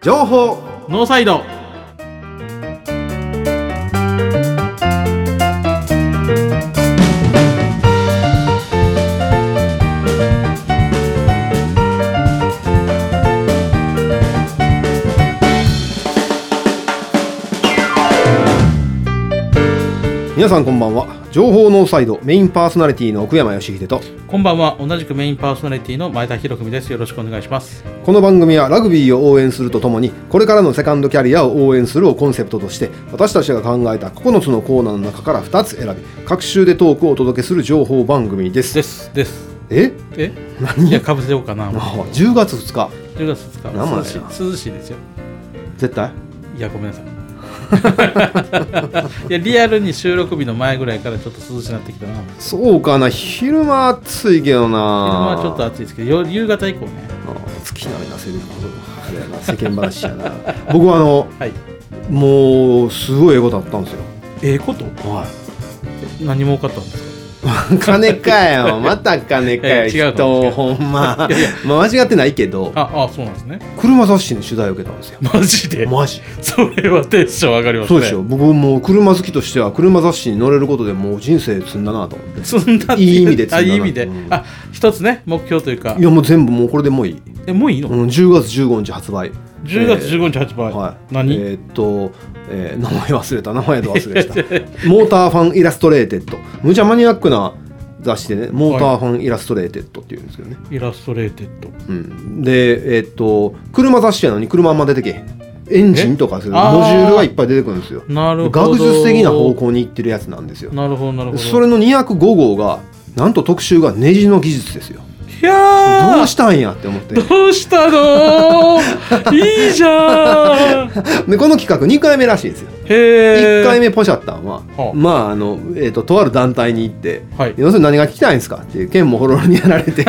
情報ノーサイド皆さんこんばんは情報ノーサイドメインパーソナリティの奥山義秀とこんばんは同じくメインパーソナリティの前田博文ですよろしくお願いしますこの番組はラグビーを応援するとともにこれからのセカンドキャリアを応援するをコンセプトとして私たちが考えた9つのコーナーの中から2つ選び各週でトークをお届けする情報番組ですですですええ何いやかぶせようかなああ10月2日10月2日なんもな涼いなしい涼しいですよ絶対いやごめんなさい いやリアルに収録日の前ぐらいからちょっと涼しくなってきたな昼そうかな昼間暑いけどな間はちょっと暑いですけどよ夕方以降ねああ好きなめなセリフあれやな世間話やな僕はあのはいもうすごい英語だったんですよええことはい何儲かったんですか 金かよまた金かよいや違うと人ほんままあ間違ってないけどああそうなんですね車雑誌に取材を受けたんですよマジでマジそれはテンション上がりますそねうでしょ僕もう車好きとしては車雑誌に乗れることでもう人生積んだなと思って積んだっていい意味で積んだあないい意味で、うんあ一つね目標というかいやもう全部もうこれでもういい、えもういいの、うん、10月15日発売10月15日発売、はい、何、えーっと、えー名前忘れた名前と忘れした モーターファンイラストレーテッドむちゃマニアックな雑誌でねモーターファンイラストレーテッドっていうんですけどね、イラストレーテッドうん、でえーっと車雑誌やのに車あんま出てけへんエンジンとかするえあーモジュールがいっぱい出てくるんですよなるほど学術的な方向に行ってるやつなんですよなるほどなるほどそれの205号がなんと特集がネジの技術ですよいやーどうしたんやって思ってどうした のーいいじゃんでこの企画2回目らしいんですよへえ1回目ポシャッタンは、はあまああの、えー、ととある団体に行って、はい要するに何が聞きたいんですかっていう剣もほろろにやら れて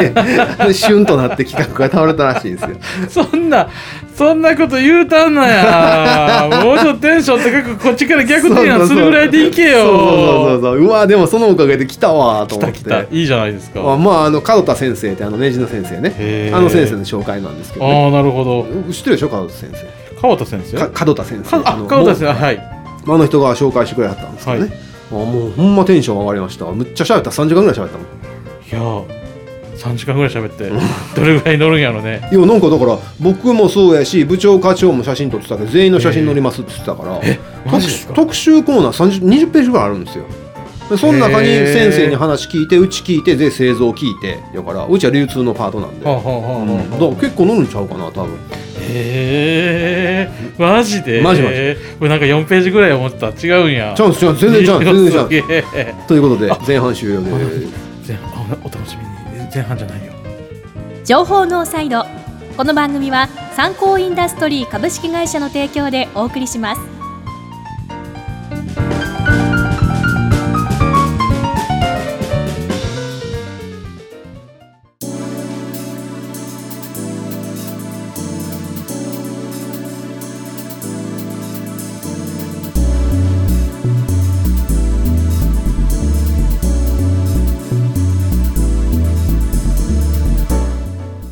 シュンとなって企画が倒れたらしいんですよそんなそんなこと言うたん なやもうちょっとテンション高くこっちから逆転案するぐらいでいけそうよそうそうそううわでもそのおかげで来たわと来思ったて来たいいじゃないですかあまああの門田先生ってあのネジの先生へねーあの先生の紹介なんですけど、ね、ああなるほど知ってるでしょ門田先生川田先生か門田先生かあの川田先生もうはいあの人が紹介してくれはったんですけどね、あもうほんまテンション上がりましたむっちゃ喋った3時間ぐらい喋ったもんいやー3時間ぐらい喋ってどれぐらい乗るんやろねいやなんかだから僕もそうやし部長課長も写真撮ってたけど全員の写真載りますって言ってたから、マ特ジです集か特集コーナー30 20ページぐらいあるんですよでその中にへー先生に話聞いてうち聞いてで製造聞いてだからうちは流通のパートなんで、はあはあはあうはんだあから結構乗るんちゃうかな多分へえマジでマジマジこれなんか4ページぐらい思ってた違うんやチャンスチャンス全然チャンス全 然チャン全然スということで前半終了で前半お楽しみに前半じゃないよ情報ノーサイドこの番組は参考インダストリー株式会社の提供でお送りします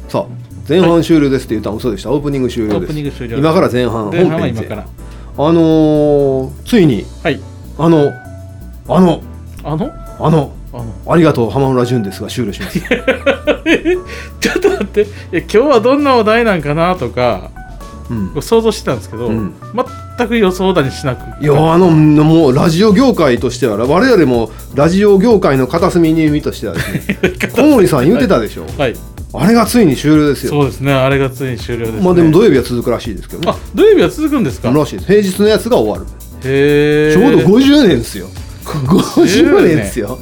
さあ前半終了ですって言ったの嘘でしたオープニング終了オーでプすニング終了今から前半前半は本編今でからあのーついにはいあのあのあのあのあの ありがとう浜村淳ですが終了しますちょっと待っていや今日はどんなお題なんかなとかうん想像してたんですけど、うん全く予想だにしなくいやあのもうラジオ業界としては我々もラジオ業界の片隅に海としてはですね小森さん言ってたでしょはいあれがついに終了ですよそうですねあれがついに終了です、ね、まあでも土曜日は続くらしいですけどねあ土曜日は続くんですからしいです平日のやつが終わるへえちょうど50年ですよ50年ですよ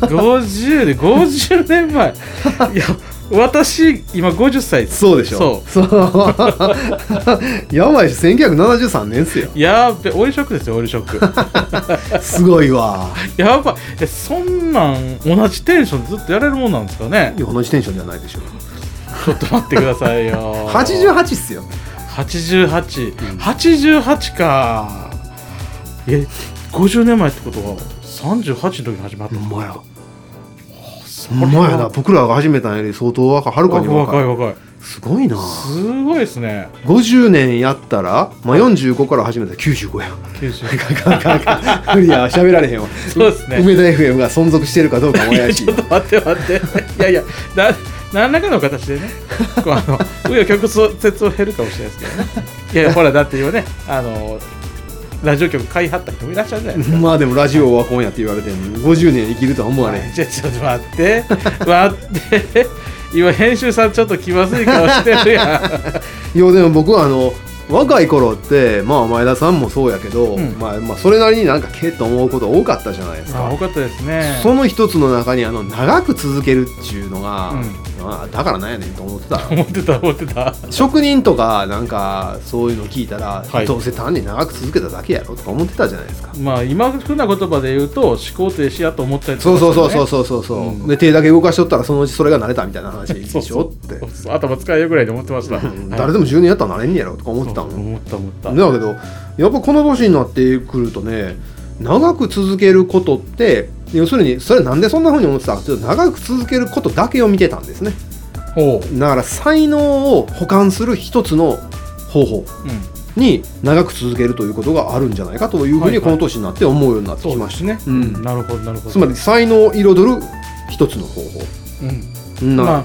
50年50 年前いや私今50歳ですそうでしょそう やばいし1973年ですよやーべオイルショックですよオイルショ ックすごいわやばいえそんなん同じテンションずっとやれるもんなんですかねいや同じテンションじゃないでしょちょっと待ってくださ いよ88っすよ8888かえ50年前ってことは38の時に始まったほんまやほんまやな僕らが始めたんより相当若いはるか若いに若い若い若いすごいなすごいですね50年やったら、まあ、45から始めたら95や 九州無理や喋られへんわそうですね梅田 FM が存続してるかどうかもいや怪しい ちょっと待って待っていやいやな何らかの形でねこうあの紆余曲折を経るかもしれないですけどねいやいやほらだって今ねあのラジオ局買い張った人もいらっしゃるじゃないですかまあでもラジオは今やって言われてんのに50年生きるとは思われへんちょちょっと待って待って今編集さんちょっと気まずい顔してるやん いやでも僕はあの若い頃ってまあ前田さんもそうやけど、うんまあ、まあそれなりになんかけっと思うこと多かったじゃないですあか多かったですねその一つの中にあの長く続けるっていうのが、うんまあ、だからなんやねんと思ってた思ってた思ってた職人とかなんかそういうの聞いたら、はいどうせ単に長く続けただけやろとか思ってたじゃないですかまあ今風な言葉で言うと思考停止やと思ったりとかそうそうそうそうすそうそうそう、うんで手だけ動かしとったらそのうちそれが慣れたみたいな話でしょ るってよねそうそうそう頭使えよぐらいで思ってましたうん誰でも10年やったら慣れんねやろとか思ってたもん思った思っただけどやっぱこの年になってくるとね長く続けることって要するにそれなんでそんな風に思ってたかっていうと長く続けることだけを見てたんですねほだから才能を補完する一つの方法う、うん、に長く続けるということがあるんじゃないかというふうはいはにいこの年になって思うようになってそきうまでしすね、うんなるほどなるほどたつまり才能を彩る一つの方法うん、な、まあ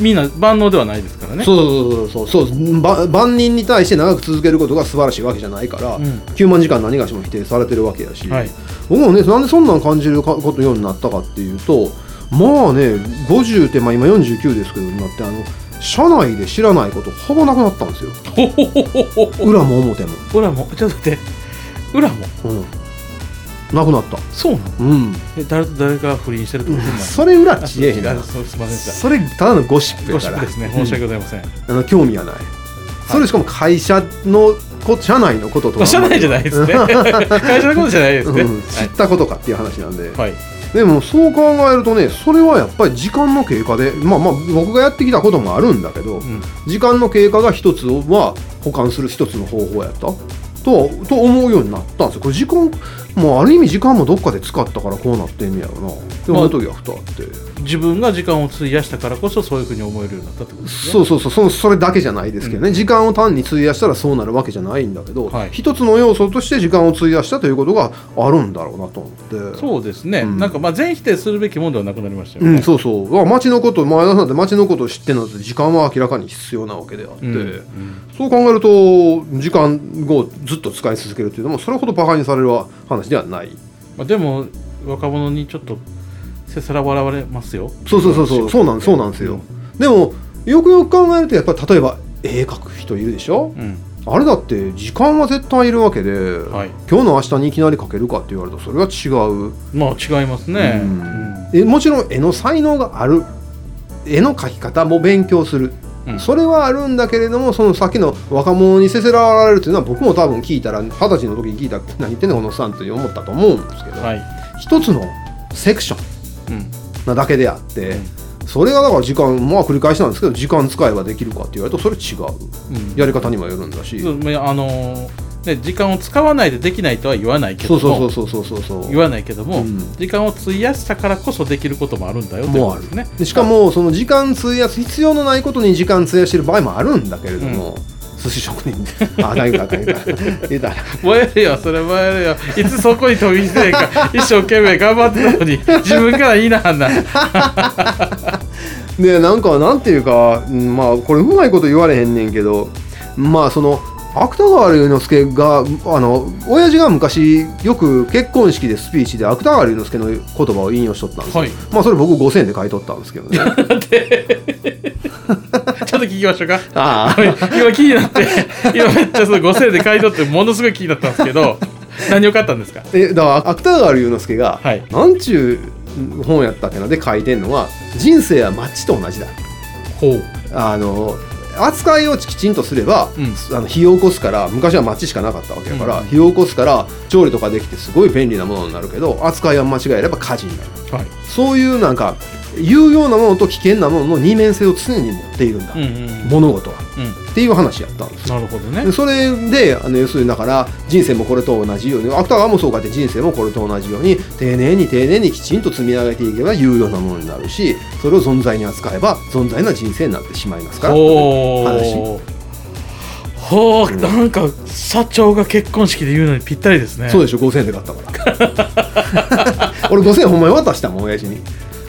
みんな万能ではないですからねそうそうそうそうそうば万人に対して長く続けることが素晴らしいわけじゃないから、うん9万時間何がしも否定されてるわけやし、はい僕もねなんでそんなん感じるかことようになったかっていうとまあね50って、まあ、今49ですけどなってあの社内で知らないことほぼなくなったんですよほほほほほほ裏も表も、裏もちょっと待って裏もうん、なくなったそうなのうんえ誰と誰が不倫してるってことですそれ裏あちえへんなあそうすみませんでしそれただのゴシッたプゴやシかッらプですね申し訳ございません、うんあの興味はないそれしかも会社のこ社内のこととまかあ社内じゃないです ね会社のことじゃないですね、うん知ったことかっていう話なんで、はい、はい、でもそう考えるとねそれはやっぱり時間の経過でまあまあ僕がやってきたこともあるんだけど、うん時間の経過が一つは保管する一つの方法やったとと思うようになったんですよこれ時間もうある意味時間もどっかで使ったからこうなってんねやろなって思う時がふとあって、自分が時間を費やしたからこそそういうふうに思えるようになったってことですねそうそうそうそのそれだけじゃないですけどね、時間を単に費やしたらそうなるわけじゃないんだけど、はい一つの要素として時間を費やしたということがあるんだろうなと思ってそうですね、うんなんかまあ全否定するべきものではなくなりましたようね、ん、そうそうまあ町のこと前田さんって町のことを知ってるのって時間は明らかに必要なわけであって、うんそう考えると時間をずっと使い続けるっていうのもそれほどバカにされる話ではないまあ、でも若者にちょっとせさら笑われますよそうそうそうそうそうなんそうなんですよ、でもよくよく考えるとやっぱり例えば絵描く人いるでしょうんあれだって時間は絶対いるわけで、はい今日の明日にいきなり描けるかって言われるとそれは違うまあ違いますね、ううんんえもちろん絵の才能がある絵の描き方も勉強する、うんそれはあるんだけれどもその先の若者にせせらわれるというのは僕も多分聞いたら二十歳の時に聞いたら何言ってんのこのおっさんって思ったと思うんですけど、はい、一つのセクションうん、なだけであって、それがだから時間まあ繰り返しなんですけど時間使えばできるかって言われるとそれ違ううんやり方にもよるんだし、そうまああのーね、時間を使わないでできないとは言わないけどそうもそうそうそうそうそう言わないけども、うん時間を費やしたからこそできることもあるんだよというもこあとでるすね。でしかもその時間費やす必要のないことに時間費やしてる場合もあるんだけれども、寿司職 人あ何かあかん言うた言うたら燃えるよそれ燃えるよいつそこに飛び火して んか一生懸命頑張ってたのに自分からいいなあんなでなんかなんていうかうんまあこれうまいこと言われへんねんけどまあその芥川龍之介があの親父が昔よく結婚式でスピーチで芥川龍之介の言葉を引用しとったんですよ、はいまあそれ僕5000円で買い取ったんですけ どねちょっと聞きましょうかああ今気になって今めっちゃその5000円で買い取ってものすごい気になったんですけど何を買ったんですかえだから芥川龍之介が、はいなんちゅう本やったっけなで書いてんのは「人生はマッチと同じだほう」あの扱いをきちんとすれば、うんあの火を起こすから昔はマッチしかなかったわけだから、うん火を起こすから調理とかできてすごい便利なものになるけど扱いは間違えれば火事になるはいそういうなんか有用なものと危険なものの二面性を常に持っているんだ、うんうんうん物事はうんっていう話やったんですなるほどねでそれであの要するにだから人生もこれと同じように芥川もそうかって人生もこれと同じように丁寧に丁寧にきちんと積み上げていけば有用なものになるしそれを存在に扱えば存在な人生になってしまいますからほ話うほううんなんか社長が結婚式で言うのにぴったりですねそううでしょ5000円で買ったから 俺5000円ほんまに渡したもん親父に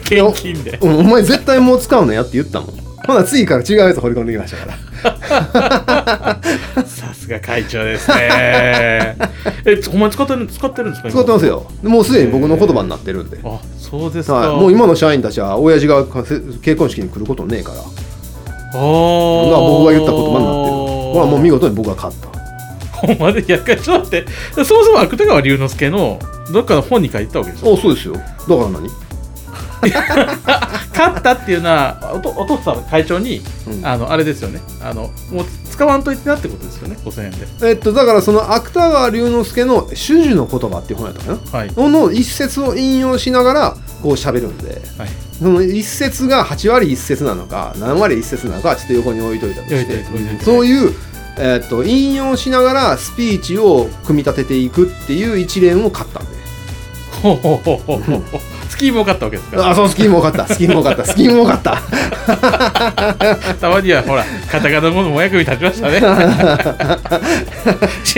献金でうんお前絶対もう使うのやって言ったもんほな次から違うやつ掘り込んできましたからさすが会長です ねえお前使ってる使ってるんですか今使ってますよもうすでに僕の言葉になってるんで、あそうですか、はい、もう今の社員たちは親父がせ結婚式に来ることねえからあーが僕が言った言葉になってるこれはもう見事に僕が勝ったほんまでいやちょっと待ってそもそも芥川龍之介のどっかの本に書いてたわけでし ょあそうですよだから何、勝ったっていうのはおとお父さん会長にうんあのあれですよねあのもう使わんといてなってことですよね5000円でえっとだからその芥川龍之介の「種々の言葉」っていう本やったかなはいの一節を引用しながらこう喋るんではいその一節が8割一節なのか何割一節なのかはちょっと横に置いといたとし置いとていて置いといてそういう、えっと引用しながらスピーチを組み立てていくっていう一連を勝ったんでほうほうほうほうほうスキーも勝ったわけですからあそうスキーも勝ったスキーも勝ったスキーも勝った たまにはほらカタカナ語のお役に立ち ましたねい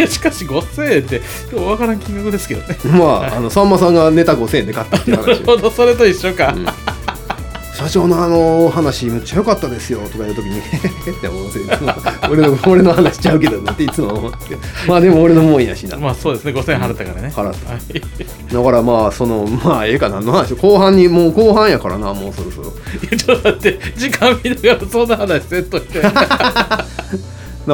やしかし5000円って分からん金額ですけどねまああのさんまさんがネタ5000円で勝ったっていうなる話ほどそれと一緒か、社長のあの話めっちゃ良かったですよとか言う時にって思うん ですよいつも俺の俺の話しちゃうけどなっていつも思うんですけどまあでも俺のもんやしなまあそうですね5000円払ったからね、払ったはい だからまあそのまあええかなの話後半にもう後半やからなもうそろそろだかいやちょっと待って時間見ながらそんな話せんとして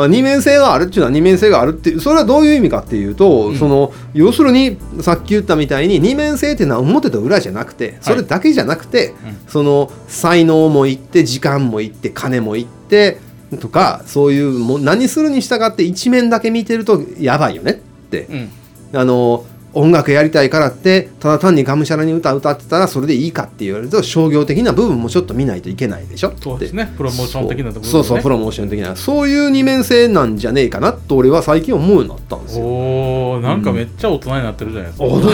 ら二面性があるっていうのは二面性があるっていうそれはどういう意味かっていうと、うんその要するにさっき言ったみたいに二面性っていうのは表と裏じゃなくてそれだけじゃなくて、うんその才能もいって時間もいって金もいってとかそういうもう何するに従って一面だけ見てるとやばいよねってうんあの音楽やりたいからってただ単にがむしゃらに歌歌ってたらそれでいいかって言われると商業的な部分もちょっと見ないといけないでしょってそうですねプロモーション的なところ、ね、そうそうそうプロモーション的なそういう二面性なんじゃねえかなと俺は最近思うようになったんですよ。おーなんかめっちゃ大人になってるじゃないですか、うん大人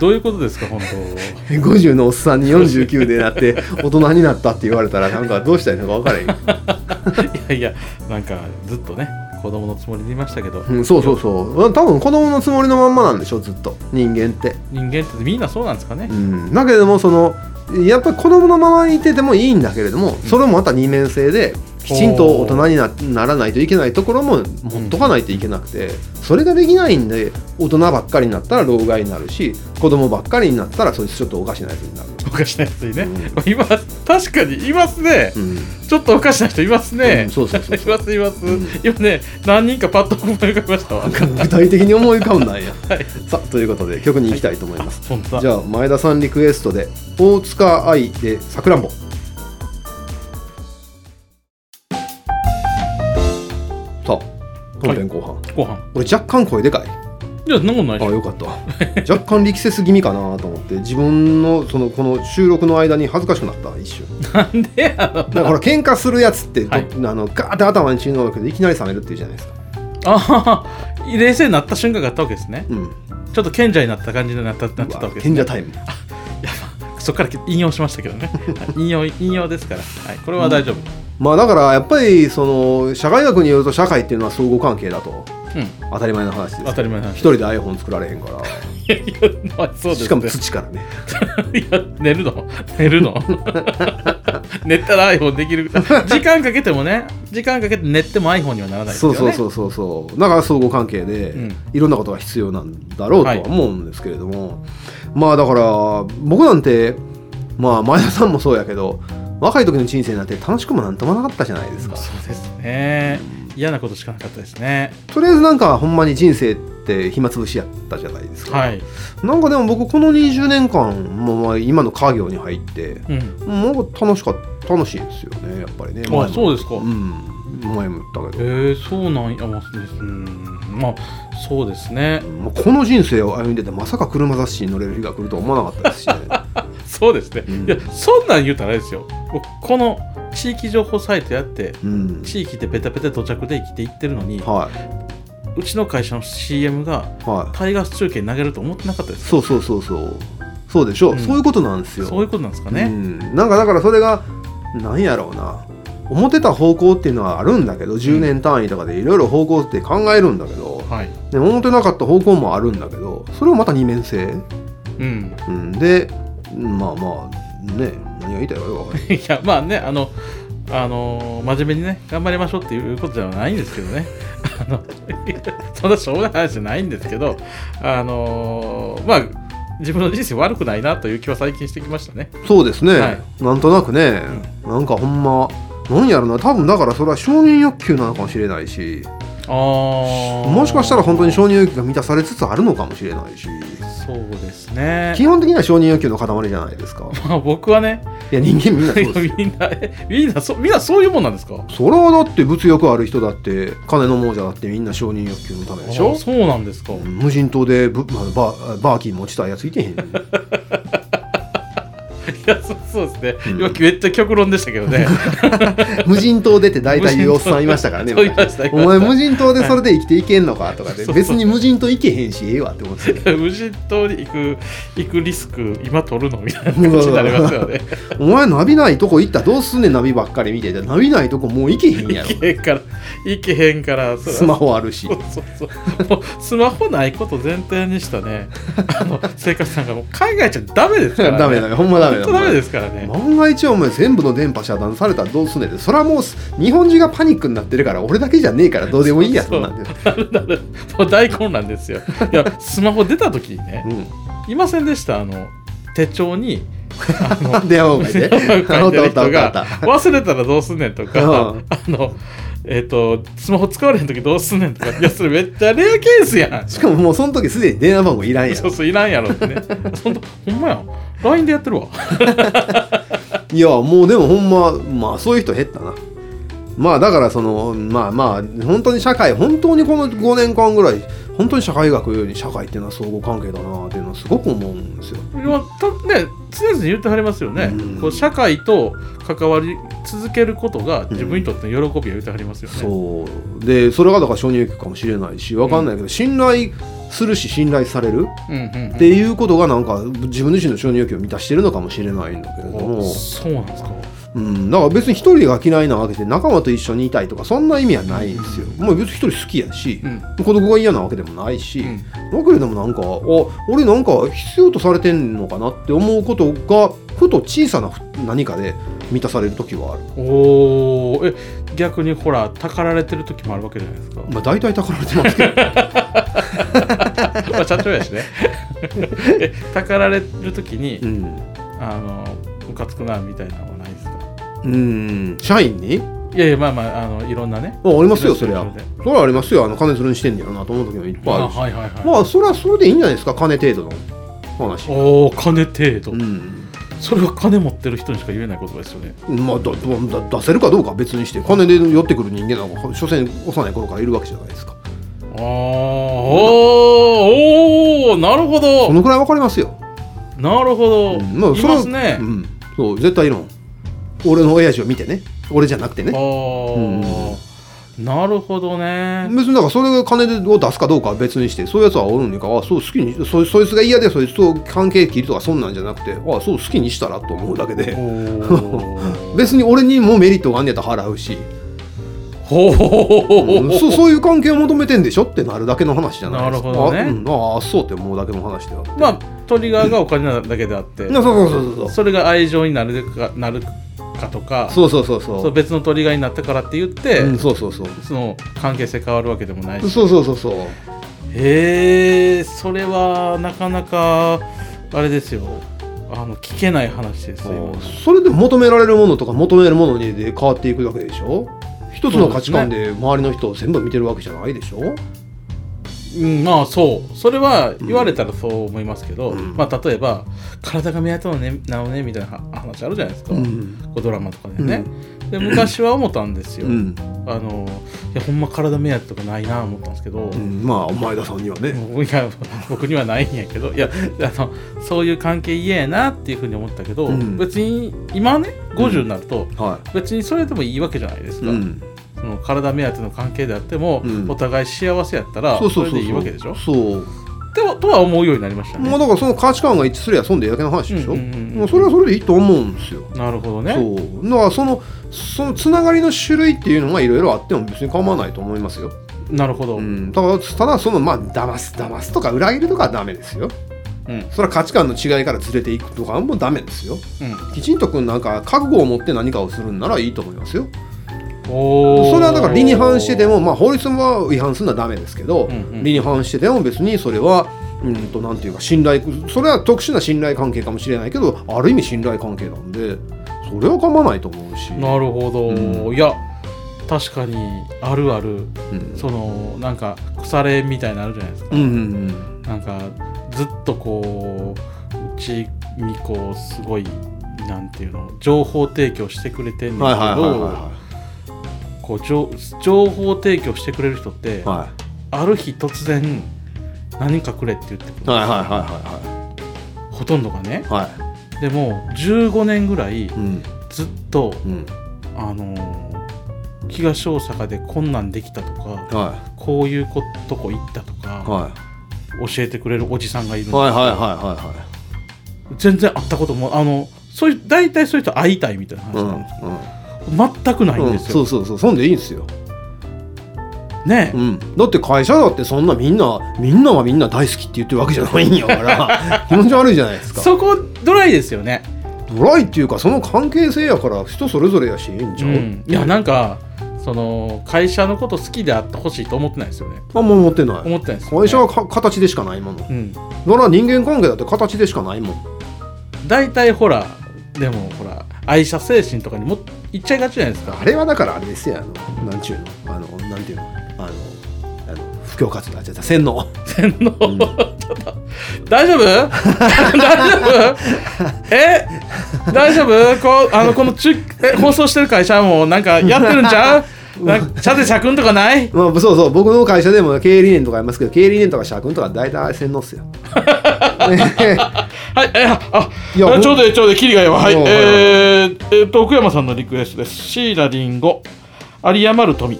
どういうことですか本50のおっさんに49でな って大人になったって言われたらなんかどうしたらいいのか分からへん当 いやいやなんかずっとね子供のつもりでいましたけど、うん、そうそうそう多分子供のつもりのまんまなんでしょずっと人間って、人間ってみんなそうなんですかねう、ん、だけれどもそのやっぱり子供のままにいててもいいんだけれどもそれもまた二面性できちんと大人になならないといけないところも持っとかないといけなくてそれができないんで大人ばっかりになったら老害になるし子供ばっかりになったらそいつちょっとおかしなやつになる、おかしなやつにね、う今確かにいますね、うんちょっとおかしな人いますね、うんそうそうそういますいます、うん今ね何人かパッと思い浮かびましたわ具体的に思い浮かんだんや、はいさあということで曲に行きたいと思います、本当だじゃあ前田さんリクエストで大塚愛でさくらんぼさあ本編後半、ご飯俺若干声でかいいやそんなことないあでしょよかった 若干力説気味かなと思って自分のそのこの収録の間に恥ずかしくなった一瞬なんでやろだからほら喧嘩するやつってど、はいあのガーって頭に血のるけどいきなり冷めるっていうじゃないですかああ冷静になった瞬間があったわけですねうんちょっと賢者になった感じになったなってたわけです、賢者タイムそこから引用しましたけどねはい引用引用ですから、はい、これは大丈夫まあだからやっぱりその社会学によると社会っていうのは相互関係だとうん、当たり前の話ですけど当たり前の一話人で iPhone 作られへんからいやいやまあそうですしかもね土からねいや寝るの寝るの 寝たら iPhone できる時間かけてもね時間かけて寝ても iPhone にはならないですそようねそうそうそうそうだから相互関係で、うんいろんなことが必要なんだろうとは思うんですけれども、まあだから僕なんてまあ前田さんもそうやけど若い時の人生なんて楽しくもなんともなかったじゃないですかそうですね嫌なことしかなかったですねとりあえずなんかほんまに人生って暇つぶしやったじゃないですか、はい、なんかでも僕この20年間もまあ今の家業に入ってうん、もう楽しかった楽しいですよねやっぱりねあそうですか、うん前も言ったけどえー、そうなんや、まあ、そうですうんまあそうですねもうこの人生を歩んでてまさか車雑誌に乗れる日が来るとは思わなかったですし、ね、そうですね、うんいやそんなん言うたらあれですよ僕この地域情報サイトやってうん地域でペタペタ土着で生きていってるのに、はうちの会社の CM がいはいタイガース中継に投げると思ってなかったですそうそうそうそうそうでしょ、うんそういうことなんですよそういうことなんですかね、うん、なんかだからそれがなんやろうな思ってた方向っていうのはあるんだけど10年単位とかでいろいろ方向って考えるんだけど、はい、で思ってなかった方向もあるんだけどそれをまた二面性、うん、 うん、でまあまあね何が言いたいかよくわからないいやまあねあのあのー真面目にね頑張りましょうっていうことではないんですけどね あのそんなしょうもない話じゃないんですけどあのーまあ自分の人生悪くないなという気は最近してきましたねそうですね、はいなんとなくね、なんかほんまなんやろな多分だからそれは承認欲求なのかもしれないしあもしかしたら本当に承認認欲求が満たされつつあるのかもしれないしそうですね基本的には承認欲求の塊じゃないですか まあ僕はねいや人間みんなそうですよ みんなえみんなそみんなそういうもんなんですかそれはだって物欲ある人だって金の亡者だってみんな承認欲求のためでしあょそうなんです か、無人島でぶ、まあ、バーバーキン持ちたいやついてへん いやそうそうですね、うん今めっちゃ極論でしたけどね無人島でって大体いうおっさんいましたからね そう言いましたお前無人島でそれで生きていけんのかと かで別に無人島行けへんしええわって思ってた無人島に行く行くリスク今取るのみたいな感じになりますよね。お前ナビないとこ行ったらどうすんねんナビばっかり見ててナビないとこもう行けへんやろ 行けへんから行けへんからそスマホあるしそうそうそうもうスマホないこと前提にした ねあの生活なんかもう海外じゃダメですから、ね、ダメだよほんまダメだ本当ダメですからね、万が一お前全部の電波遮断されたらどうすんねんってそれはもう日本中がパニックになってるから俺だけじゃねえからどうでもいいやつなん てなるなるもう大混乱ですよいやスマホ出た時にねうんいませんでしたあの手帳にあの電話番号 で。 あ書おいったおったおてる人ったおがった。忘れたらどうすんねんとか、うんあのえっ、とスマホ使われへん時どうすんねんとかいやそれめっちゃレアケースやんしかももうその時すでに電話番号いらんやんそうそういらんやろってねほんとほんまやん LINE でやってるわいやもうでもほんままあそういう人減ったなまあだからそのまあまあ本当に社会本当にこの5年間ぐらい本当に社会学より社会っていうのは相互関係だなっていうのはすごく思うんですよまあたね常々言ってはりますよね、うんこう社会と関わり続けることが自分にとっての喜びを言ってはりますよね、そうでそれがだから承認欲求かもしれないしわかんないけど信頼するし信頼されるうんうんうんっていうことがなんか自分自身の承認欲求を満たしてるのかもしれないんだけれどもそうなんですかうん、だから別に一人が嫌いなわけで仲間と一緒にいたいとかそんな意味はないんですよ。もう別に一人好きやし、うん孤独が嫌なわけでもないし、うんだけれどもなんかあ俺なんか必要とされてんのかなって思うことがふと小さなふ何かで満たされる時はある。おーえ逆にほらたかられてる時もあるわけじゃないですかまあ大体たかられてますけどまあ社長やしねえたかられる時に、 うん、あのムカつくなみたいなのはないですかうん、社員にあいやいやまあまああのいろんなねありますよそりゃでそれはありますよあの金するにしてんねやろなと思う時もいっぱいああるしはいはいはい、まあそれはそれでいいんじゃないですか金程度の話。おお金程度、うんそれは金持ってる人にしか言えない言葉ですよねまあ、だだ出せるかどうかは別にして金で寄ってくる人間なんか所詮幼い頃からいるわけじゃないですかあーおーおーなるほそどのくらいわかりますよ、なるほど、うんまあいそれはますね、うん、そう絶対いるもん俺の親父を見てね俺じゃなくてあねあ、なるほどね別にだからそれが金を出すかどうかは別にしてそういうやつはおるんかあそう好きにそそいつが嫌でそいつと関係切るとかそんなんじゃなくてあそう好きにしたらと思うだけおでー別に俺にもメリットがあんねやったら払うし、ほうほうほうほううん、そそういう関係を求めてんでしょってなるだけの話じゃないですかなるほどねあ,、うん、ああそうって思うだけの話であってまあトリガーがお金なだけであって、なそうそうそうそうそれが愛情になるかなるかとかそうそうそうそ。そうう別のトリガーになったからって言って、うん、そうそうそう。その関係性変わるわけでもないしそうそうそうそう。へえそれはなかなかあれですよあの聞けない話ですよそれで求められるものとか求めるものにで変わっていくわけでしょ一つの価値観で周りの人を全部見てるわけじゃないでしょうん、まあそうそれは言われたらそう思いますけど、うんまあ、例えば「体が目当てなのね」なのねみたいな話あるじゃないですか、うんこうドラマとかでね、で昔は思ったんですよ、うん、あのいやほんま体目当てとかないな思ったんですけど、うんまあ前田さんにはね、もういや僕にはないんやけどいやあのそういう関係嫌やなっていうふうに思ったけど、うん別に今ね50になると、は別にそれでもいいわけじゃないですい、か、うん、その体目当ての関係であっても、うんお互い幸せやったらそうそそうそうそれうでいいわけでしょそうでもとは思うようになりましたね、まあだからその価値観が一致すりゃ損でやけの話でしょ、うんうんうんうんもうそれはそれでいいと思うんですよ、なるほどねそうだからそのそのつながりの種類っていうのがいろいろあっても別に構わないと思いますよ、なるほど、うん、ただただそのまあ騙す騙すとか裏切るとかはダメですようんそれは価値観の違いからずれていくとかもダメですようきちんとくんなんか覚悟を持って何かをするんならいいと思いますよん、おーそれはだから理に反してでも、まあ、法律は違反するのはダメですけど、うんうん理に反してでも別にそれはうんとなんていうか信頼それは特殊な信頼関係かもしれないけどある意味信頼関係なんでそれは構わないと思うし、なるほど、ういや確かにあるあるうんそのなんか腐れみたいなのあるじゃないですか、うんうんなんかずっとこううちにこうすごいなんていうの情報提供してくれてんうねんんけはいはいはいはいどこう情情報提供してくれる人って、はいある日突然何かくれって言ってくるはいはいはほとんどがねいはいはでも15年ぐらいいうんずっとうんあのー東大阪でこんなんできたとかはこういうことこ行ったとか、いはい教えてくれるおじさんがいるの、はいはいはいはいは全然会ったこともあのそういう大体そういう人会いたいみたいな話いうんなんです全くないうんんうでんすよ、そうそうそうそんでいいんですよ、ね、うん、だって会社だってそんなみんなみんながみんな大好きって言ってるわけじゃないんやから 気持ち悪いじゃないですかそこドライですよね、ドライっていうかその関係性やから人それぞれやしいいんじうゃん、ん、いやなんかその会社のこと好きであってほしいと思ってないですよねあんま思ってない思ってないですよね、会社はか形でしかないものだうんから人間関係だって形でしかないもん大体ほらでもほら愛社精神とかにも行っちゃいがちじゃないですか あれはだからあれですよあのなんちゅうのあのなんていうのあのあの不況活動あっちゃった洗脳 天皇、んちょっと大 丈夫大丈夫え大丈夫こうあのこの中え放送してる会社もなんかやってるん ちゃうなんか社で社訓とかないまあそうそう僕の会社でも経営理念とかありますけど経営理念とか社訓とか大体洗脳っす よ はいえああいやあほんちょうどいいちょうどいいキリがいいわはいえおうはいはいーえー、と奥山さんのリクエストです椎名林檎有り余る富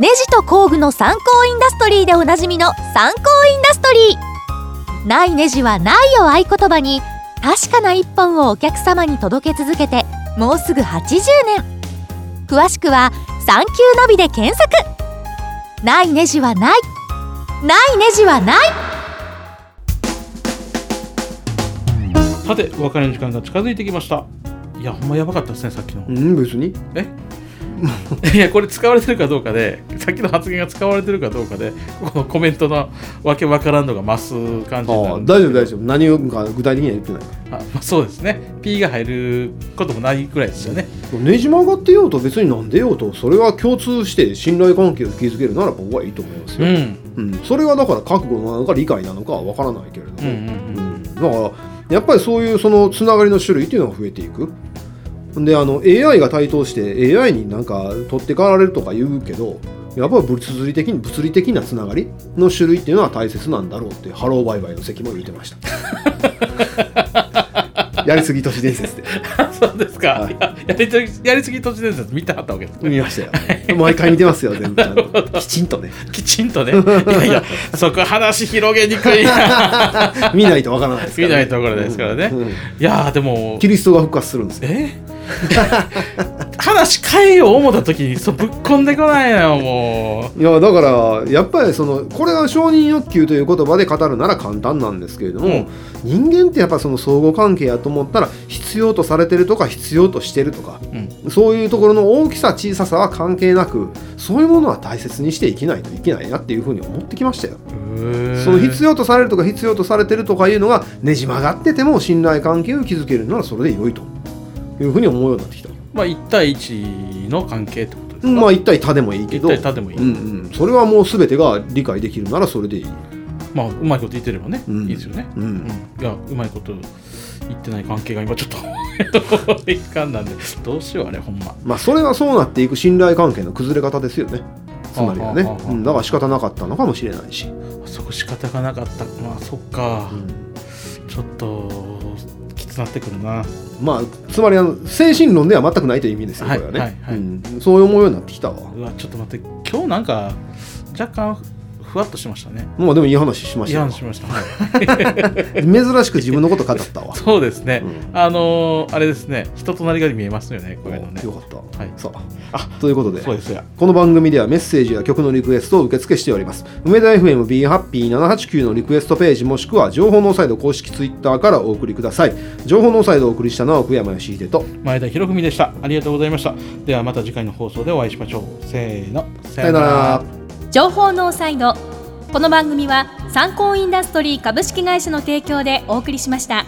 ネジと工具の参考インダストリーでおなじみの参考インダストリーないネジはないを合言葉に確かな一本をお客様に届け続けてもうすぐ80年詳しくは「産休のび」で検索ないネジはないないネジはないさてお別れの時間が近づいてきましたいやほんまやばかったですねさっきのうん別にえ いやこれ使われてるかどうかでさっきの発言が使われてるかどうかでこのコメントのわけわからんのが増す感じになあるあん大です丈夫大丈夫何をか具体的には言ってないあまあ、そうですね P が入ることもないぐらいですよねねじ曲がってようと別になんでようとそれは共通して信頼関係を築けるなら僕はいいと思いますうよ、んうんそれはだから覚悟なのか理解なのかは分からないけれども、うんうん ううんんだからやっぱりそういうそのつながりの種類っていうのが増えていくであの AI が台頭して AI になんか取って代わられるとか言うけどやっぱり物理的に物理的なつながりの種類っていうのは大切なんだろうってハローバイバイの関も言ってました やりすぎ都市伝説であそうですか、はいいややりとやりすぎ都市伝説見てはったわけですね見ましたよ毎回見てますよ全部ちゃんときちんとね きちんとねいやい やそこ話広げにくいな見ないとわからないですから、見ないとわからないですからねうんうんいやーでもキリストが復活するんですよえ 話変えよう思った時にそうぶっこんでこないのよもいやだからやっぱりそのこれは承認欲求という言葉で語るなら簡単なんですけれども、うん人間ってやっぱその相互関係やと思ったら必要とされてるとか必要としてるとかう、うん、そういうところの大きさ小ささは関係なくそういうものは大切にしていきないといけないなっていうふうに思ってきましたよ。その必要要とされるとか必要とされてるとかいうのがねじ曲がってても信頼関係を築けるならそれで良いというふうに思うようになってきた。まあ一対一の関係ってことですか、うんまあ一体他でもいいけど一対他でもいいうんうん、それはもう全てが理解できるならそれでいい。まあうまいこと言ってればね、うんいいですよね、うんうんいやうまいこと言ってない関係が今ちょっと いかんなんでどうしようあれほんままあそれはそうなっていく信頼関係の崩れ方ですよねつまりはねはあはあはあうんだから仕方なかったのかもしれないし、そこ仕方がなかったまあそっか、うんちょっときつなってくるなまあつまりあの精神論では全くないという意味ですよこはれいはね、はいはいうんそう思うようになってきたわうわちょっと待って今日なんか若干ふわっとしましたねまあでもいい話しまいしたやよしました、はい珍しく自分のこと語ったわ そうですね、うんあのーあれですね人となりが見えますよねこういうのねよかった、はいさああということでそうですよこの番組ではメッセージや曲のリクエストを受け付けしております梅田 FM b ハッピー789のリクエストページもしくは情報ノーサイド公式ツイッターからお送りください情報ノーサイドをお送りしたのは奥山義秀と前田博文でしたありがとうございましたではまた次回の放送でお会いしましょうせーのささよなら情報ノーサイドこの番組は参考インダストリー株式会社の提供でお送りしました。